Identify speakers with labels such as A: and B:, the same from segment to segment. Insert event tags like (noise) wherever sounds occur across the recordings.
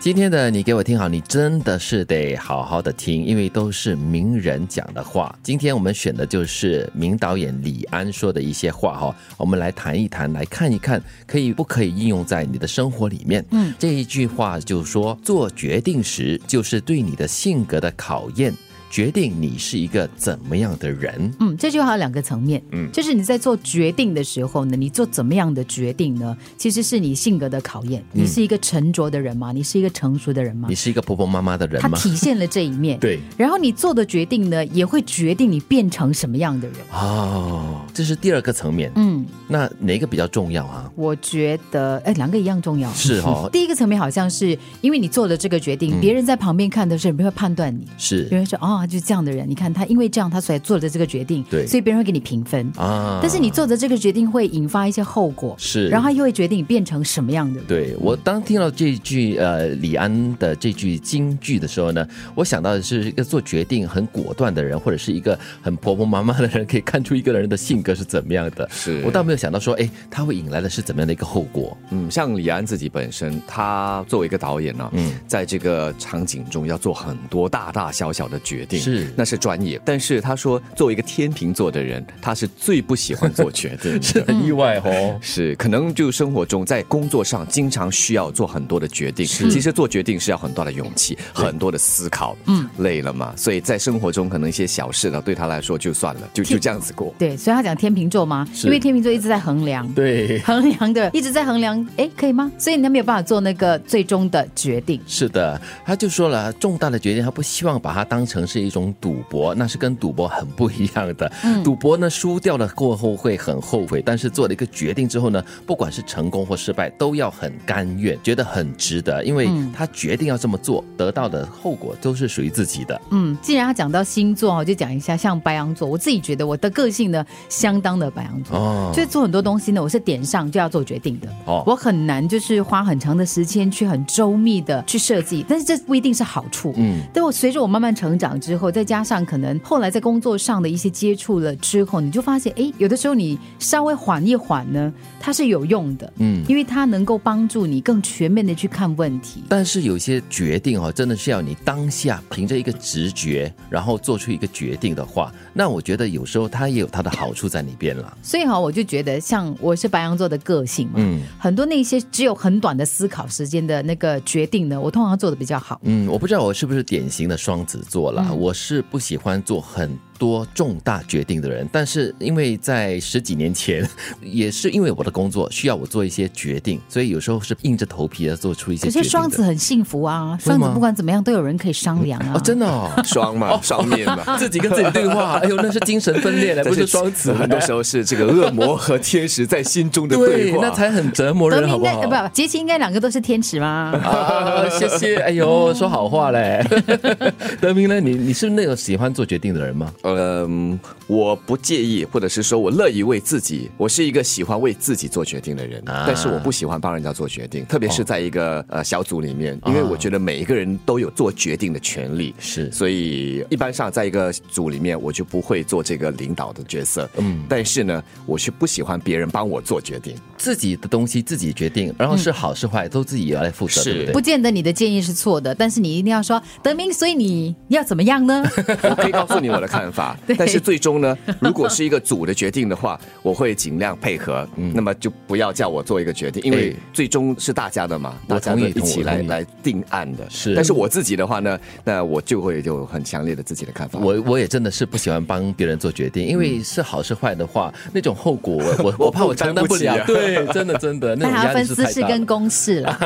A: 今天的你给我听好，你真的是得好好的听，因为都是名人讲的话。今天我们选的就是名导演李安说的一些话哈，我们来谈一谈，来看一看，可以不可以应用在你的生活里面？
B: 嗯，
A: 这一句话就是说，做决定时就是对你的性格的考验，决定你是一个怎么样的人。
B: 嗯，这句话有两个层面，
A: 嗯
B: 就是你在做决定的时候呢，你做怎么样的决定呢？其实是你性格的考验。你是一个沉着的人吗？你是一个成熟的人吗
A: 嗯你？是一个婆婆妈妈的人
B: 它
A: 吗？
B: 体现了这一面。
A: (laughs) 对。
B: 然后你做的决定呢，也会决定你变成什么样的人。
A: 哦，这是第二个层面。
B: 嗯，
A: 那哪个比较重要啊？
B: 我觉得，哎，两个一样重要。嗯
A: 是哦，嗯
B: 第一个层面好像是因为你做了这个决定，别人在旁边看的时候，别人会判断你。
A: 是
B: 别人说哦，他就是这样的人，你看他因为这样，他所以做了这个决定，
A: 对
B: 所以别人会给你评分。
A: 啊，
B: 但是你做的这个决定会引发一些后果，
A: 是，
B: 然后它又会决定你变成什么样的人。
A: 对我当听到这句呃李安的这句京剧的时候呢，我想到的是一个做决定很果断的人，或者是一个很婆婆妈妈的人，可以看出一个人的性格是怎么样的。
C: 是
A: 我倒没有想到说，哎，他会引来的是怎么样的一个后果？
C: 嗯，像李安自己本身，他作为一个导演呢、
A: 嗯
C: 在这个场景中要做很多大大小小的决定，
A: 是
C: 那是专业。但是他说，作为一个天秤座的人，他是最不喜欢做决定
A: (laughs) 是
C: 的。
A: 很意外
C: (laughs)
A: 哦。
C: 是，可能就生活中在工作上经常需要做很多的决定。
A: 是
C: 其实做决定是要很大的勇气，很多的思考。
B: 嗯，
C: 累了嘛，所以在生活中可能一些小事呢，对他来说就算了，就就这样子过。
B: 对，所以他讲天秤座嘛，
A: 是
B: 因为天秤座一直在衡量，
A: 对，
B: 衡量的一直在衡量，哎，可以吗？所以他没有办法做那个最终的决定。
A: 是的，他就说了，重大的决定他不希望把它当成是一种赌博，那是跟赌博很不一样的。赌博呢，输掉了过后会很后悔，但是做了一个决定之后呢，不管是成功或失败，都要很甘愿，觉得很值得，因为他决定要这么做，得到的后果都是属于自己的。
B: 嗯，既然他讲到星座，我就讲一下，像白羊座，我自己觉得我的个性呢，相当的白羊座。
A: 哦，
B: 就是做很多东西呢，我是点上就要做决定的。
A: 哦
B: 我很难就是花很长的时间去很周密的去设计，但是这不一定是好处。
A: 嗯，
B: 但我随着我慢慢成长之后，再加上可能后来在工作上的一些接触了之后，你就发现，哎，有的时候你稍微缓一缓呢，它是有用的。
A: 嗯
B: 因为它能够帮助你更全面的去看问题。
A: 但是有些决定哦，真的是要你当下凭着一个直觉，然后做出一个决定的话，那我觉得有时候它也有它的好处在里边了。
B: 所以哈，我就觉得像我是白羊座的个性嘛，
A: 嗯
B: 很多那些只有很短的思考时间的那个决定呢，我通常做的比较好。
A: 嗯，我不知道我是不是典型的双子座啦，
B: 嗯
A: 我是不喜欢做很多重大决定的人，但是因为在十几年前，也是因为我的工作需要我做一些决定，所以有时候是硬着头皮的做出一些
B: 可
A: 决定
B: 是
A: 的。
B: 双子很幸福啊，双子不管怎么样都有人可以商量啊。
A: 哦，真的哦，。
C: 双嘛，双面嘛
A: (laughs) 自己跟自己对话，哎呦，那是精神分
C: (laughs)
A: 裂了，不是双子，
C: 很多时候是这个恶魔和天使在心中的对
A: (laughs) 对，
C: 话，
A: 那才很折磨
B: 德
A: 人，
B: 明
A: 好
B: 应
A: 不
B: 该
A: 好？
B: 呃不，杰西应该两个都是天使吗？
A: (laughs) 啊，谢谢，哎呦，说好话嘞。 (laughs) 德明呢，你你是那种喜欢做决定的人吗？
C: 嗯，我不介意，或者是说我乐意为自己，我是一个喜欢为自己做决定的人，
A: 啊哦
C: 但是我不喜欢帮人家做决定，特别是在一个、呃小组里面，因为我觉得每一个人都有做决定的权利。
A: 是
C: 所以一般上在一个组里面，我就不会做这个领导的角色。嗯，但是呢，我是不喜欢别人帮我做决定。
A: 自己的东西自己决定，然后
B: 嗯
A: 是好是坏、都自己来负责，
C: 是
A: 对不
B: 不
A: 对？
B: 见得你的建议是错的，但是你一定要说德明，所以你要怎么样呢？
C: 我可以告诉你我的
A: (laughs)
C: 看法
B: 对，
C: 但是最终呢，如果是一个组的决定的话，我会尽量配合，那么就不要叫我做一个决定，因为
A: 哎
C: 最终是大家的嘛，
A: 我
C: 大家
A: 同
C: 的
A: 意
C: 一起
A: 我
C: 来
A: 同意
C: 来定案的。
A: 是
C: 但是我自己的话呢，那我就会有很强烈的自己的看法。
A: 我我也真的是不喜欢帮别人做决定，因为是好是坏的话，那种后果我我我怕我承担不
C: 我
A: 了。
C: 负担不
A: 对，真的真 (laughs) 的，那
B: 啊那
A: 种
B: 还
A: 压
B: 要
A: 力
B: 分
A: 是
B: 私
A: 太
B: 事
A: 大了
B: 跟公事了。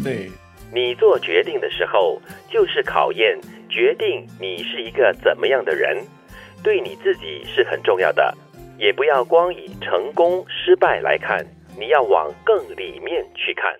A: (laughs) 对。
D: 你做决定的时候，就是考验决定你是一个怎么样的人，对你自己是很重要的。也不要光以成功、失败来看，你要往更里面去看。